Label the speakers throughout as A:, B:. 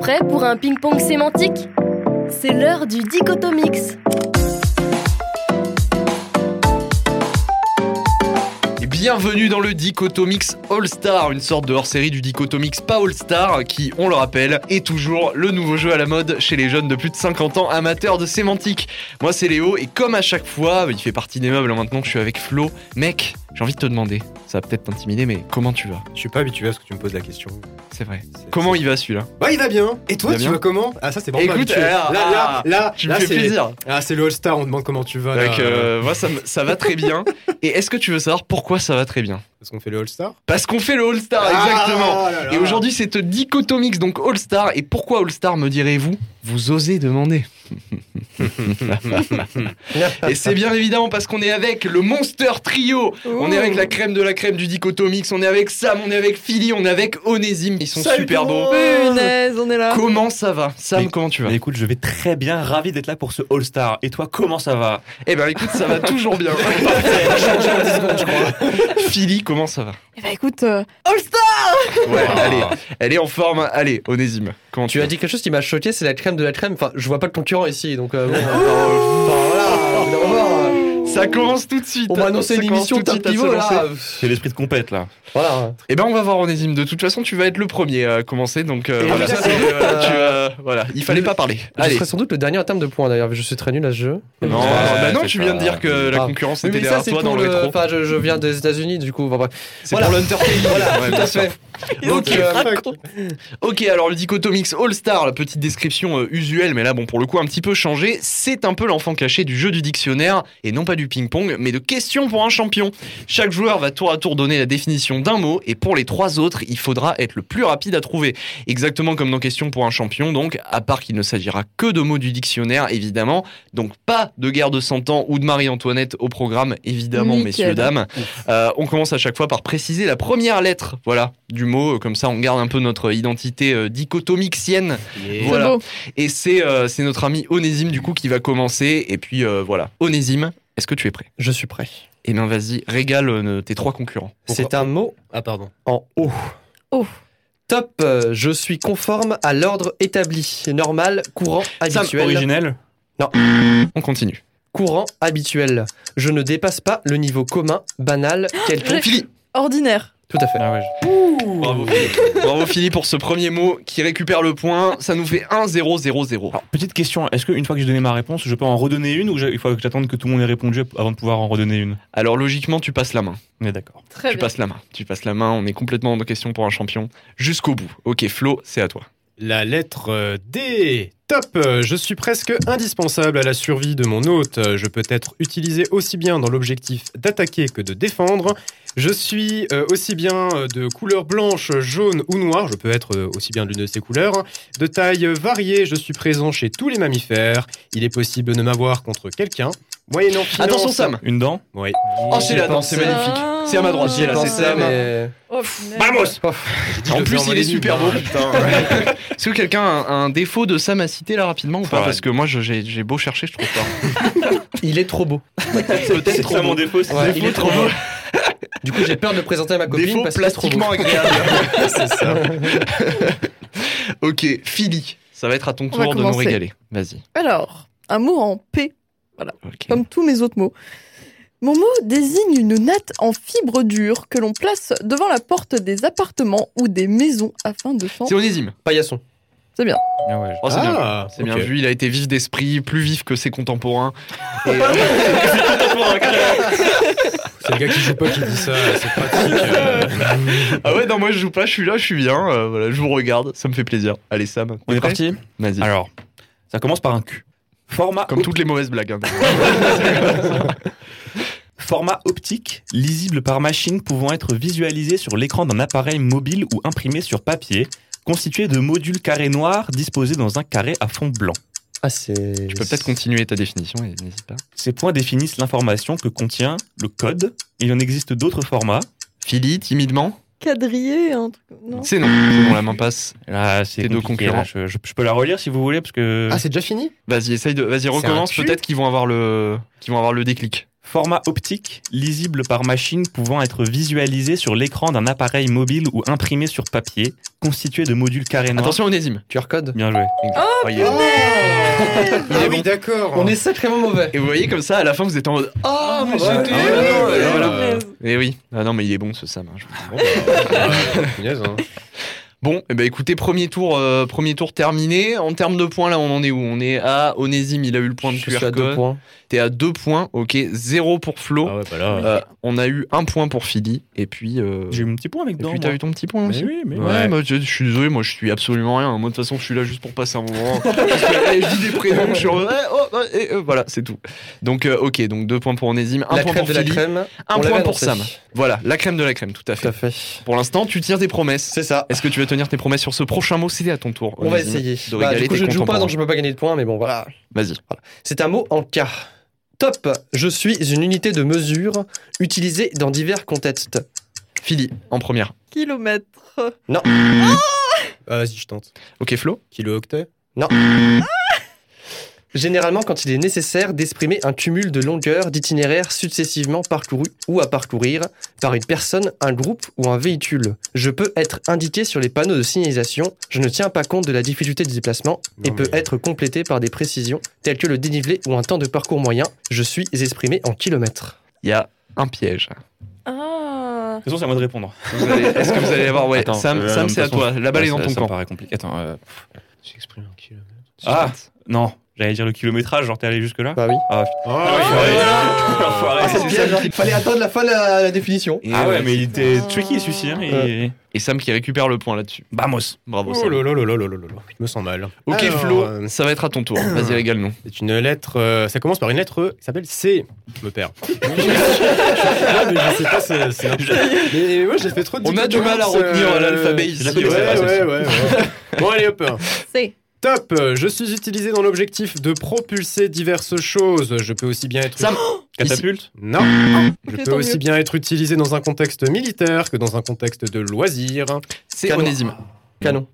A: Prêt pour un ping-pong sémantique C'est l'heure du dichotomix.
B: Et bienvenue dans le Dichotomix All-Star, une sorte de hors-série du Dichotomix pas All-Star qui, on le rappelle, est toujours le nouveau jeu à la mode chez les jeunes de plus de 50 ans amateurs de sémantique. Moi c'est Léo et comme à chaque fois, il fait partie des meubles hein, maintenant que je suis avec Flo. Mec, j'ai envie de te demander, ça va peut-être t'intimider mais comment tu vas
C: Je suis pas habitué à ce que tu me poses la question.
B: C'est vrai.
C: C'est-
B: Comment
C: c'est-
B: il va celui-là
C: Bah, il va bien. Et toi,
B: Il va
C: tu
B: bien
C: vas comment Ah, ça, c'est vraiment
B: Écoute,
C: pas habitué.
B: alors,
C: là,
B: ah,
C: là, là,
B: Tu
C: là,
B: me fais
C: c'est-
B: plaisir.
C: Ah, c'est le All-Star, on demande comment tu vas. là.
B: Donc, euh, moi ça, me- ça va très bien. Et est-ce que tu veux savoir pourquoi ça va très bien
C: Parce qu'on fait le All-Star
B: Parce qu'on fait le All-Star, exactement.
C: Ah, là, là.
B: Et aujourd'hui, c'est au Dichotomix, donc All-Star. Et pourquoi All-Star, me direz-vous Vous osez demander. et c'est bien évidemment parce qu'on est avec le Monster Trio. On est avec la crème de la crème du Dichotomix. On est avec Sam, on est avec Philly, on est avec Onésime. Ils sont
C: Salut
B: super
C: tout le
B: beaux. Euh,
C: monde.
D: Punaise, on est là.
B: Comment ça va Sam,
E: Mais-
B: comment tu vas
E: Mais écoute, je vais très bien, ravi d'être là pour ce All-Star. Et toi, comment ça va
B: Eh ben écoute, ça va toujours bien. Philly, comment ça va
D: Eh ben, écoute, euh,
B: Ouais, allez, elle est en forme. Allez, Onésime, comment tu,
F: Tu as
B: vas
F: dit quelque chose qui m'a choqué, c'est la crème de la crème. Enfin, je vois pas de concurrent ici, donc euh, bon,
B: Ça commence tout de suite.
F: on m'a annoncé
B: Ça
F: une
B: commence
F: émission
B: tout de
F: top
B: suite à se
F: niveau là.
B: lancer.
E: C'est l'esprit de compète là.
F: Voilà.
B: Eh ben on va voir Onésime. De toute façon, tu vas être le premier à commencer, donc euh,
F: Et
B: voilà.
F: oui,
B: C'est, euh, tu, euh, voilà. Il fallait pas parler.
F: Je
B: Allez.
F: serai sans doute le dernier en terme de points d'ailleurs. Je suis très nul à ce jeu.
B: Non,
E: Ouais,
B: bah non,
E: c'est
B: tu viens de
E: pas-
B: dire que la
F: Ah.
B: concurrence
F: Oui,
B: était
F: mais ça,
B: derrière
F: c'est
B: toi dans
F: pour
B: le
F: le-
B: rétro.
F: Enfin, je, je viens des États-Unis, du coup. Enfin, bref.
B: C'est
F: voilà.
B: pour l'Undertaking.
F: Voilà,
B: Ouais,
F: tout
B: bien
F: à
B: sûr.
F: fait.
B: Donc,
F: Donc,
B: euh,
F: euh,
B: Ok, alors le Dichotomix All-Star, la petite description euh, usuelle, mais là, bon, pour le coup, un petit peu changé. C'est un peu l'enfant caché du jeu du dictionnaire, et non pas du ping-pong, mais de questions pour un champion. Chaque joueur va tour à tour donner la définition d'un mot, et pour les trois autres, il faudra être le plus rapide à trouver. Exactement comme dans Question pour un champion, donc, à part qu'il ne s'agira que de mots du dictionnaire, évidemment. Donc, pas de guerre de 100 ans ou de Marie-Antoinette au programme, évidemment,
D: Nickel.
B: messieurs, dames. Euh, on commence à chaque fois par préciser la première lettre, voilà, du mot, euh, comme ça on garde un peu notre identité euh, dichotomixienne.
D: c'est
B: Voilà.
D: beau.
B: Et c'est euh, c'est notre ami Onésime, du coup, qui va commencer. Et puis, euh, voilà. Onésime, est-ce que tu es prêt
F: Je suis prêt.
B: Eh bien, vas-y, régale euh, tes trois concurrents.
F: C'est un mot
C: Ah, pardon.
F: en haut.
D: Oh.
F: Top. euh, je suis conforme à l'ordre établi, normal, courant,
B: Sam,
F: habituel.
E: Originel
B: On continue.
F: Courant, habituel. Je ne dépasse pas le niveau commun, banal, quelconque.
B: Philly
D: Ordinaire.
F: Tout à fait.
E: Ah ouais,
B: Bravo, Philly. Bravo, Philly, pour ce premier mot qui récupère le point. Ça nous fait 1-0-0-0.
E: Alors, petite question, est-ce qu'une fois que j'ai donné ma réponse, je peux en redonner une ou j'ai- il faut que j'attende que tout le monde ait répondu avant de pouvoir en redonner une
B: Alors, logiquement, tu passes la main.
E: On est d'accord.
D: Très
B: tu
D: bien.
B: passes la main. Tu passes la main. On est complètement en question pour un champion. Jusqu'au bout. Ok, Flo, c'est à toi.
C: La lettre euh, D. Top Euh, Je suis presque indispensable à la survie de mon hôte. Euh, Je peux être utilisé aussi bien dans l'objectif d'attaquer que de défendre. Je suis euh, aussi bien euh, de couleur blanche, jaune ou noire. Je peux être euh, aussi bien l'une de ces couleurs. De taille variée, je suis présent chez tous les mammifères. Il est possible de m'avoir contre quelqu'un. Moyennant finance...
B: Attention, Sam
E: Une dent
C: Oui.
B: Oh, c'est
F: J'y ai
B: là, non,
F: pensé.
B: c'est magnifique. C'est à ma droite,
D: Ah. J'y ai
B: là,
D: pensé,
B: c'est Sam.
F: mais-
D: Oh, punaise.
C: dit,
B: En
C: je
B: plus,
C: fais en
B: il est
C: mode
B: super beau,
C: énigme,
B: putain. Est-ce que quelqu'un a un un défaut de Sam à citer là rapidement ou pas
E: Ouais.
B: Parce que moi, je- j'ai j'ai beau chercher, je trouve pas.
F: Il est trop beau.
E: C'est ça mon défaut, c'est
F: Ouais,
E: ça.
F: il est trop beau. Du coup, j'ai peur de le présenter à ma copine
B: défaut
F: parce qu'il est trop beau.
B: plastiquement agréable.
C: C'est ça.
B: ok, Philly, ça va être à ton
D: On va
B: tour de nous
D: commencer.
B: régaler. Vas-y.
D: Alors, un mot en P,
B: Ok.
D: comme tous mes autres mots. Mon mot désigne une natte en fibre dure que l'on place devant la porte des appartements ou des maisons afin de s'en...
B: C'est Onésime.
F: Paillasson.
E: Ah ouais,
B: Oh, c'est bien.
C: Ah,
B: C'est bien
C: ok.
B: vu, il a été vif d'esprit, plus vif que ses contemporains.
C: C'est le gars qui joue pas qui dit ça, c'est pratique.
B: Ah ouais, non, moi je joue pas, je suis là, je suis bien. euh, voilà, je vous regarde, ça me fait plaisir. Allez, Sam, t'es
E: On est
B: prêt
E: parti
B: Vas-y.
E: Alors, ça commence par un Q. Format,
B: Comme
E: op-
B: toutes les mauvaises blagues. hein.
E: format optique, lisible par machine, pouvant être visualisé sur l'écran d'un appareil mobile ou imprimé sur papier, constitué de modules carrés noirs disposés dans un carré à fond blanc.
F: Ah, c'est.
B: Tu peux peut-être continuer ta définition, et n'hésite pas.
E: Ces points définissent l'information que contient le code. Il en existe d'autres formats.
B: Philly, timidement
D: Quadrillé, un truc... Non
B: C'est non. C'est bon, la main passe.
E: Là,
B: Tes deux
E: compliqué,
B: concurrents.
E: là. Je, je- je peux la relire si vous voulez, parce que
B: Ah.
F: Ah,
C: c'est déjà fini
B: Vas-y, essaye de. Vas-y, recommence.
C: cul.
B: Peut-être qu'ils vont avoir le. Qu'ils vont avoir le déclic.
E: Format optique, lisible par machine, pouvant être visualisé sur l'écran d'un appareil mobile ou imprimé sur papier, constitué de modules carrés noirs.
B: Attention, Onésime.
F: QR code.
E: Bien joué.
B: Oh, il est- il est
C: Ah
B: bon.
C: oui, d'accord.
F: On est sacrément mauvais.
B: Et vous voyez comme ça, à la fin, vous êtes en mode Oh. Ah, mais
C: ouais.
B: j'étais.
C: Ah,
B: Ah,
C: ouais,
B: non,
C: ouais,
B: et
C: ouais,
B: voilà.
C: ouais.
B: Et oui. Ah non, mais il est bon ce Sam. hein, je vous dis.
C: Bon, bah, punaise, hein.
B: Bon, eh ben écoutez, premier tour, euh, premier tour terminé. En termes de points, là, on en est où On est à Onésime, il a eu le point de
F: Je
B: QR
F: suis à deux
B: code.
F: points.
B: T'es à deux points, ok. Zéro pour Flo.
E: ouais, bah là.
B: Euh, on a eu un point pour Philly. Et puis. euh,
E: J'ai eu mon petit point avec
B: Et
E: dedans,
B: puis t'as
E: moi.
B: eu ton petit point aussi.
E: Mais oui, mais
B: Ouais,
C: Ouais.
B: bah, je, je suis désolé, moi je suis absolument rien. Moi de toute façon, je suis là juste pour passer un moment. Parce que, eh, je dis des prénoms, je suis en mode, eh, oh, oh, eh, euh, voilà, c'est tout. Donc, euh, ok, donc deux points pour Onésime, un
F: La
B: point
F: crème
B: pour
F: de la
B: Philly,
F: crème.
B: un
F: on
B: point
F: l'avait
B: pour Sam.
F: annoncé.
B: Voilà, la crème de la crème, tout à fait.
F: Tout à fait.
B: Pour l'instant, tu tiens tes promesses.
F: C'est ça.
B: Est-ce que tu vas tenir tes promesses sur ce prochain mot C'était à ton tour.
F: On va
B: Onésime,
F: essayer.
B: De
F: Bah,
B: régaler
F: du coup,
B: tes
F: je ne joue pas,
B: contemporains.
F: donc je ne peux pas gagner de points, mais bon, voilà.
B: Vas-y.
F: C'est un mot en K. Top, je suis une unité de mesure utilisée dans divers contextes.
B: Philly, en première.
D: Kilomètre.
C: Ah, vas-y, je tente.
B: Ok, Flo
C: Kilo octet
F: Généralement, quand il est nécessaire d'exprimer un cumul de longueurs d'itinéraires successivement parcourus ou à parcourir par une personne, un groupe ou un véhicule. Je peux être indiqué sur les panneaux de signalisation, je ne tiens pas compte de la difficulté du déplacement et
C: Non,
F: peut
C: mais-
F: être complété par des précisions telles que le dénivelé ou un temps de parcours moyen. Je suis exprimé en kilomètres.
B: Il y a un piège.
D: Ah.
E: De toute façon, c'est à moi de répondre.
B: Vous allez- Est-ce que vous allez avoir Ouais,
E: Attends,
B: Sam,
E: euh,
B: Sam,
E: non, de
B: c'est à
E: toute
B: toi. La balle est dans
E: Ouais, ça-
B: ton
E: ça me
B: camp.
E: paraît compliqué. Attends, euh,
C: J'exprime un kilomètre.
E: Ah Non, j'allais dire le kilométrage, genre t'es allé jusque-là
F: Bah oui.
C: Oh, Ah
E: L'enfoiré.
B: Ah, c'est piège,
F: Ah, il fallait attendre la fin de la, définition.
B: Et,
E: Ah
B: euh,
E: ouais, mais il était
D: Ah.
E: tricky celui-ci. Hein, et...
B: Et Sam qui récupère le point là-dessus.
E: Vamos
B: Bravo,
C: Oh
B: Sam.
C: là là là là là là là. Je me sens mal.
B: Ok,
C: Alors,
B: Flo,
C: euh,
B: ça va être à ton tour. Vas-y, régale-nous.
C: C'est une lettre. euh, ça commence par une lettre euh, qui s'appelle C. Me perd. Je suis là, mais je sais pas, c'est- c'est n'importe quoi. Mais moi, j'ai fait trop de
B: On a du mal à
C: différences, euh,
B: retenir l'alphabet ici,
C: je la connaissais
E: ouais,
C: pas,
E: ouais,
C: celle-ci. Bon, allez, hop. hein.
D: C'est.
C: Top. euh, Je suis utilisé dans l'objectif de propulser diverses choses. Je peux aussi bien être.
B: Sam.
E: Catapulte
C: Non. Je
D: ok,
C: peux
D: tant
C: aussi
D: mieux.
C: bien être utilisé dans un contexte militaire que dans un contexte de loisirs.
B: C'est
F: Canon.
B: Onésime.
F: Canon.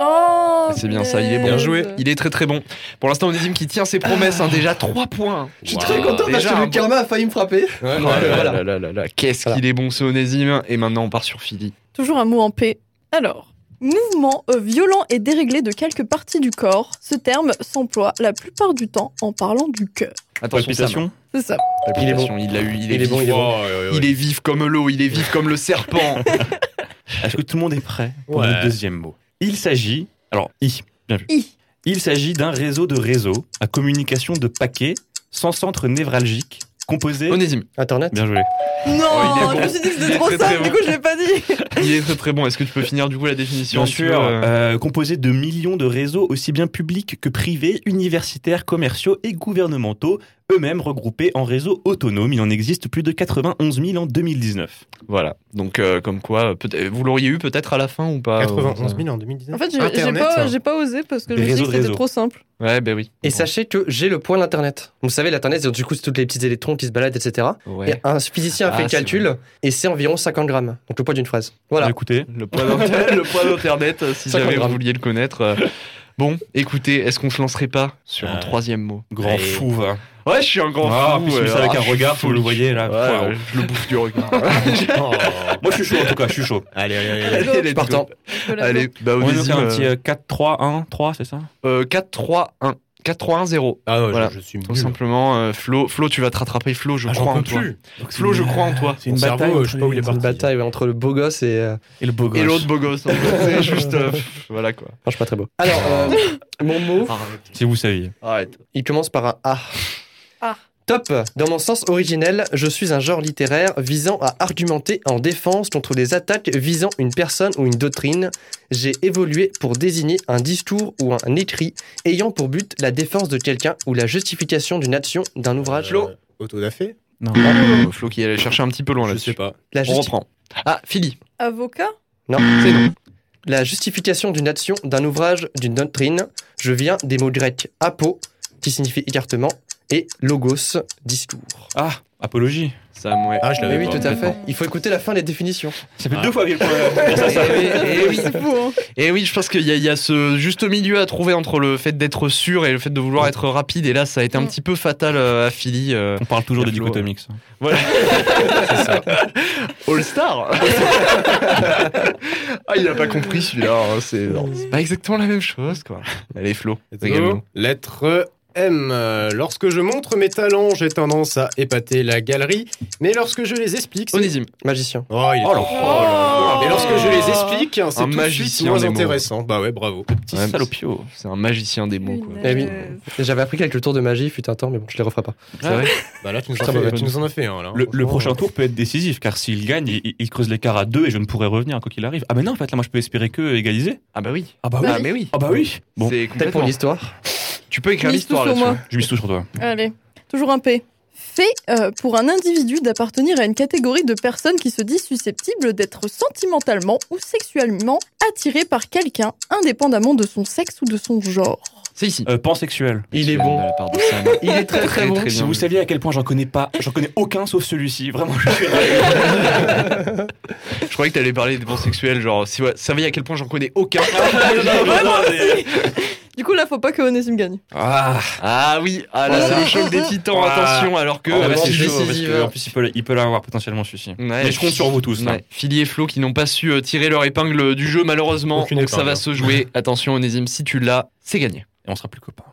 D: Oh.
B: C'est bien ça, il est bon.
D: punaise.
C: joué.
B: Il est très très bon. Pour l'instant, Onésime qui tient ses promesses, hein, déjà 3 points.
F: Je suis
C: Wow.
F: très content parce
B: Déjà,
F: que
B: un
F: le
B: bon-
F: karma a failli me frapper.
C: Ouais,
B: Oh là
C: voilà.
B: là là là là, Qu'est-ce
F: Voilà.
B: qu'il est bon ce Onésime. Et maintenant, on part sur Philly.
D: Toujours un mot en P. Alors, mouvement euh, violent et déréglé de quelque partie du corps, ce terme s'emploie la plupart du temps en parlant du cœur.
B: Attention, Sam.
E: Palpitation
D: C'est ça.
F: Il est bon.
B: Il l'a eu, il est,
F: Il est bon,
B: vif.
F: il est bon.
C: Oh, ouais, ouais,
B: Il est vif comme l'eau, il est vif comme le serpent.
E: Est-ce que tout le monde est prêt pour
C: Ouais.
E: le deuxième mot Il s'agit. Alors, I, bien vu.
D: I.
E: Il s'agit d'un réseau de réseaux à communication de paquets sans centre névralgique composé.
B: Onésime,
F: Internet.
E: Bien joué.
D: Non,
B: Oh, il est bon.
D: je me suis dit que
B: Il est
D: c'était trop
B: très,
D: simple,
B: très
D: du
B: bon.
D: coup je l'ai pas dit.
B: il est très très bon. Est-ce que tu peux finir du coup la définition
E: Bien
B: tu
E: sûr,
B: veux, euh,
E: euh, composé de millions de réseaux aussi bien publics que privés, universitaires, commerciaux et gouvernementaux, eux-mêmes regroupés en réseaux autonomes. Il en existe plus de 91 000 en 2019.
B: Voilà. Donc, euh, comme quoi, euh, peut-être- vous l'auriez eu peut-être à la fin ou pas euh,
C: 91 000 en 2019.
D: En fait, j'ai- j'ai
C: Internet, hein.
D: pas,
C: ça.
D: j'ai pas osé parce que je
E: Des
D: me suis dit
E: réseaux
D: que
E: de
D: c'était
E: réseaux.
D: trop simple.
B: Ouais, ben oui.
F: Et sachez que j'ai le point de l'Internet. Vous savez, l'Internet, c'est du coup c'est toutes les petites électrons qui se baladent, etc.
B: Ouais.
F: Et un physicien a
B: Ah,
F: fait le
B: c'est
F: calcul et c'est environ 50 grammes. Donc le poids d'une phrase. Voilà.
E: Écoutez,
B: Le poids d'internet, le poids d'internet, euh, si
F: 50
B: jamais vous
F: grammes.
B: vouliez le connaître. euh. Bon, écoutez, est-ce qu'on se lancerait pas sur un
E: Euh,
B: troisième mot
E: grand
B: Allez.
E: fou, va.
B: Ouais, je suis un grand
E: Ah,
B: fou.
E: puis je
B: euh,
E: mets ça avec
B: ah,
E: un
B: je
E: regard,
B: suis
E: vous le
B: fou.
E: voyez là.
B: Ouais,
E: Waouh.
B: ouais, je le bouffe du regard.
E: Moi je suis chaud en tout cas, je suis chaud.
C: Oh. Allez, allez, allez.
D: Let's go.
B: Allez, let's go.
F: Partant.
D: Je l'avoue.
B: Allez, bah,
E: On est
B: Onésime,
E: un petit
B: euh,
E: 4-3-1-3, c'est ça
B: euh, 4-3-1. 4-3-1-0.
C: Ah ouais,
B: Voilà.
C: je, je suis
B: Tout
C: nul.
B: simplement, euh, Flo, Flo, tu vas te rattraper. Flo, je
C: Ah, j'en
B: crois en
C: peux
B: toi.
C: plus.
B: Flo, je crois en toi.
E: C'est
C: Mon cerveau, euh, je sais pas où il est
F: C'est une
C: parti.
F: bataille ouais, entre le beau gosse et. euh,
E: Et le beau gosse.
B: Et l'autre beau gosse. en fait. C'est juste. euh, pff, voilà quoi.
F: Non, je suis pas très beau. Alors, euh, mon mot,
B: Arrête.
E: Si vous saviez.
B: Arrête.
F: il commence par un A.
D: Ah.
F: Top Dans mon sens originel, je suis un genre littéraire visant à argumenter en défense contre des attaques visant une personne ou une doctrine. J'ai évolué pour désigner un discours ou un écrit ayant pour but la défense de quelqu'un ou la justification d'une action, d'un ouvrage.
C: Flo. Auto da fé
E: Non.
B: Euh, Flo qui allait chercher un petit peu loin
C: Euh, Je
B: là-dessus.
C: sais pas.
F: La,
B: On
F: justi-
B: reprend. Ah, Philly.
D: Avocat
F: Hmm.
B: C'est non.
F: la justification d'une action, d'un ouvrage, d'une doctrine. Je viens des mots grecs apo, qui signifie écartement, et logos, discours.
E: Ah, Apologie.
B: Ça, ouais.
C: Ah, je
F: Mais
C: l'avais
F: oui,
C: pas.
F: tout à fait. Il faut écouter la fin des définitions.
E: Ça fait
C: Ah.
E: deux fois qu'il
B: Et, Eh oui,
D: C'est fou, hein.
B: et oui, je pense qu'il y, a- il y a ce juste milieu à trouver entre le fait d'être sûr et le fait de vouloir être rapide. Et là, ça a été un
D: Mm.
B: petit peu fatal euh, à Philly. euh.
E: On parle toujours
B: Il y
E: de
B: a Flo,
E: dichotomix.
B: All Star Ah, il a pas compris celui-là. hein, C'est non, c'est pas exactement la même chose, quoi. Allez, Flo, régale-nous.
C: Lettre M. Euh, Lorsque je montre mes talents, j'ai tendance à épater la galerie, mais lorsque je les explique, c'est...
B: Onésime.
F: Magicien.
C: Oh, il est
B: Oh là.
C: trop fort, là. Mais lorsque je les explique, hein, c'est tout de suite
B: magicien
C: moins
B: des mots.
C: intéressant. Bah ouais, bravo.
E: Petit
B: Ouais,
E: salopio.
B: C'est un magicien des mots,
D: euh,
B: quoi.
F: Eh oui. J'avais appris quelques tours de magie, fut un temps, mais bon, je les referai pas.
B: C'est vrai
C: Bah là, tu nous, en
F: Très
C: fais,
F: bonne
C: tu nous en as fait un, là.
E: Le, le
C: Franchement,
E: prochain
C: euh,
E: tour peut être décisif car s'il gagne, il, il creuse l'écart à deux et je ne pourrai revenir quoi qu'il arrive. Ah mais non, en fait là, moi je peux espérer que égaliser.
B: Ah bah oui.
E: Ah bah
B: Ah mais oui.
E: Ah bah oui. Bon,
B: C'est
F: Peut-être pour
B: complètement.
F: l'histoire.
B: Tu peux écrire
D: Mise
B: l'histoire
D: tout sur
B: là-dessus.
D: moi.
E: je mise tout sur toi.
D: Allez, toujours un P. Fait euh, pour un individu d'appartenir à une catégorie de personnes qui se dit susceptible d'être sentimentalement ou sexuellement attiré par quelqu'un, indépendamment de son sexe ou de son genre.
B: C'est ici.
E: Euh, pansexuel.
F: Il est bon. Il est très très bon.
E: Si vous saviez à quel point j'en connais pas, j'en connais aucun sauf celui-ci. Vraiment, je suis
B: Je croyais que t'allais parler des pansexuels, genre, si vous saviez à quel point j'en connais aucun.
E: Ah,
D: Du coup, là, faut pas que Onésime gagne.
E: Ah,
B: ah oui, ah là, c'est le choc des titans,
E: Ah.
B: attention, alors que.
E: ah bah,
B: Ouais,
E: c'est
B: c'est
E: chaud,
B: chaud.
E: parce que, en plus il peut, il peut l'avoir potentiellement celui-ci. Mais je compte sur vous tous. là.
B: Ouais. Philly et Flo qui n'ont pas su euh, tirer leur épingle du jeu, malheureusement.
C: Aucune
B: donc ça
C: épingle.
B: va se jouer. attention, Onésime, si tu l'as, c'est gagné.
E: hein. et on sera plus copains.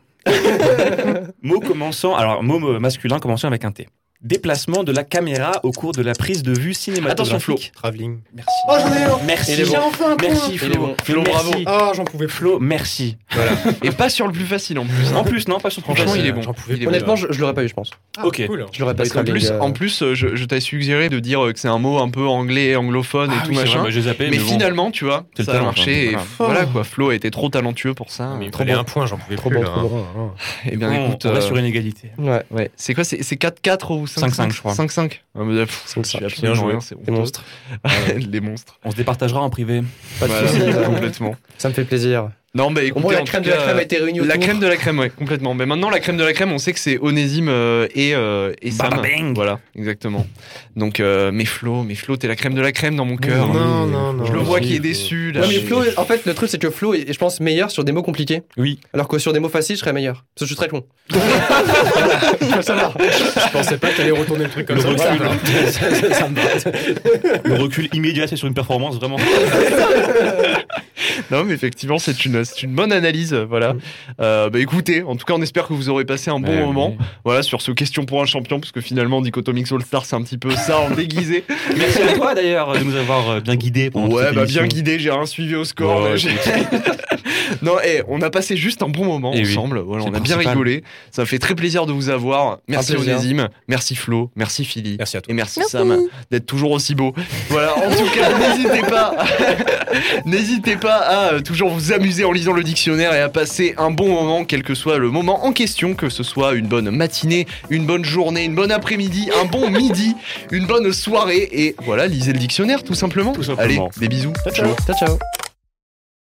E: mot commençant, alors mot euh, masculin commençant avec un T. Déplacement de la caméra au cours de la prise de vue cinématographique.
B: Attention, Flo.
C: euh, Travelling.
E: Merci.
C: Oh, j'en ai un
E: Merci.
F: Il est bon. J'ai
E: Merci
B: Il est bon. Flo,
E: Flo.
B: bravo.
E: Merci.
C: Ah, j'en pouvais plus.
E: Flo, merci.
B: Et pas sur le plus facile en plus. hein.
E: En plus, non, pas sur
B: Franchement,
E: Flo.
B: il est bon.
C: J'en pouvais
B: Il est
C: plus.
B: bon.
F: Honnêtement, je, je l'aurais pas eu, je pense.
C: Ah,
E: Ok.
C: cool.
F: Je l'aurais pas eu.
B: Parce qu'en plus,
F: Travelling, euh,
B: en plus, euh, je, je t'avais suggéré de dire euh, que c'est un mot un peu anglais, anglophone et
E: Ah
B: tout
E: oui, c'est
B: machin.
E: vrai, bah, j'ai zappé,
B: mais
E: bon.
B: finalement, tu vois,
E: C'est le
B: ça a
E: talent,
B: marché.
E: quoi.
B: et voilà quoi, Flo était trop talentueux pour ça.
C: Mais il me
B: Trop
C: fallait
B: bon.
C: un point, j'en pouvais
F: Trop
C: plus.
F: bon,
C: là,
F: trop
C: hein.
F: bon.
B: Eh bien,
E: On-
B: écoute,
E: on
B: euh,
E: reste sur une égalité.
F: Ouais,
B: ouais. c'est quoi C'est c'est 4-4 ou 5-5
E: 5-5, je crois.
B: 5-5 ah, mais, pff,
F: Cinq,
B: je suis
F: cinq.
B: absolument
C: Bien joué.
B: rien, c'est
F: des
B: honteux.
F: monstres.
B: Les monstres.
E: On se départagera en privé.
F: Pas de
B: Voilà,
F: soucis, euh,
B: complètement.
F: ça me fait plaisir.
B: Non, mais
F: Au
B: écoutez,
F: moins, la
B: en
F: crème
B: tout
F: de la
B: cas,
F: crème a été réunie
B: La
F: autour.
B: crème de la crème, ouais, complètement. Mais maintenant, la crème de la crème, on sait que c'est Onésime euh, et, euh, et Sam.
E: Bada bing.
B: Voilà, exactement. Donc, euh, mais Flo, mais Flo, t'es la crème de la crème dans mon cœur. hein.
C: Non, non, non.
B: Je le vois
C: Oui,
B: qui est
C: Flo.
B: déçu. Là.
F: Ouais, mais Flo, en fait, le truc, c'est que Flo est, je pense, meilleur sur des mots compliqués.
E: Oui.
F: Alors que sur des mots faciles, je serais meilleur. Parce que je suis très con.
C: Je pensais pas que t'allais retourner le truc comme
E: Le
C: ça.
E: recul.
C: Ça, ça, ça me bat.
E: Le recul immédiat, c'est sur une performance vraiment.
B: Non, mais effectivement, c'est une, c'est une bonne analyse. euh, Voilà. Euh, bah écoutez, en tout cas, on espère que vous aurez passé un bon
E: Ouais,
B: moment.
E: oui.
B: Voilà, sur ce question pour un champion, parce que finalement, Dichotomix All Star, c'est un petit peu ça en déguisé.
E: Merci à toi d'ailleurs de nous avoir euh, bien guidés pendant
B: Ouais,
E: toute
B: bah
E: l'émission.
B: bien guidé, j'ai rien suivi au score.
E: Ouais,
B: mais j'ai- non, et on a passé juste un bon moment
E: Eh oui.
B: ensemble. Voilà,
E: C'est
B: on a
E: le
B: bien
E: principal.
B: rigolé. Ça fait très plaisir de vous avoir. Merci
F: Un plaisir.
B: Onésime, merci Flo, merci Philly.
C: Merci à toi.
B: Et merci,
D: Merci.
B: Sam d'être toujours aussi beau. Voilà, en tout cas, n'hésitez pas, n'hésitez pas à euh, toujours vous amuser en lisant le dictionnaire et à passer un bon moment, quel que soit le moment en question, que ce soit une bonne matinée, une bonne journée, une bonne après-midi, un bon midi, une bonne soirée. Et voilà, lisez le dictionnaire tout simplement.
E: Tout simplement.
B: Allez, des bisous.
F: Ciao, ciao.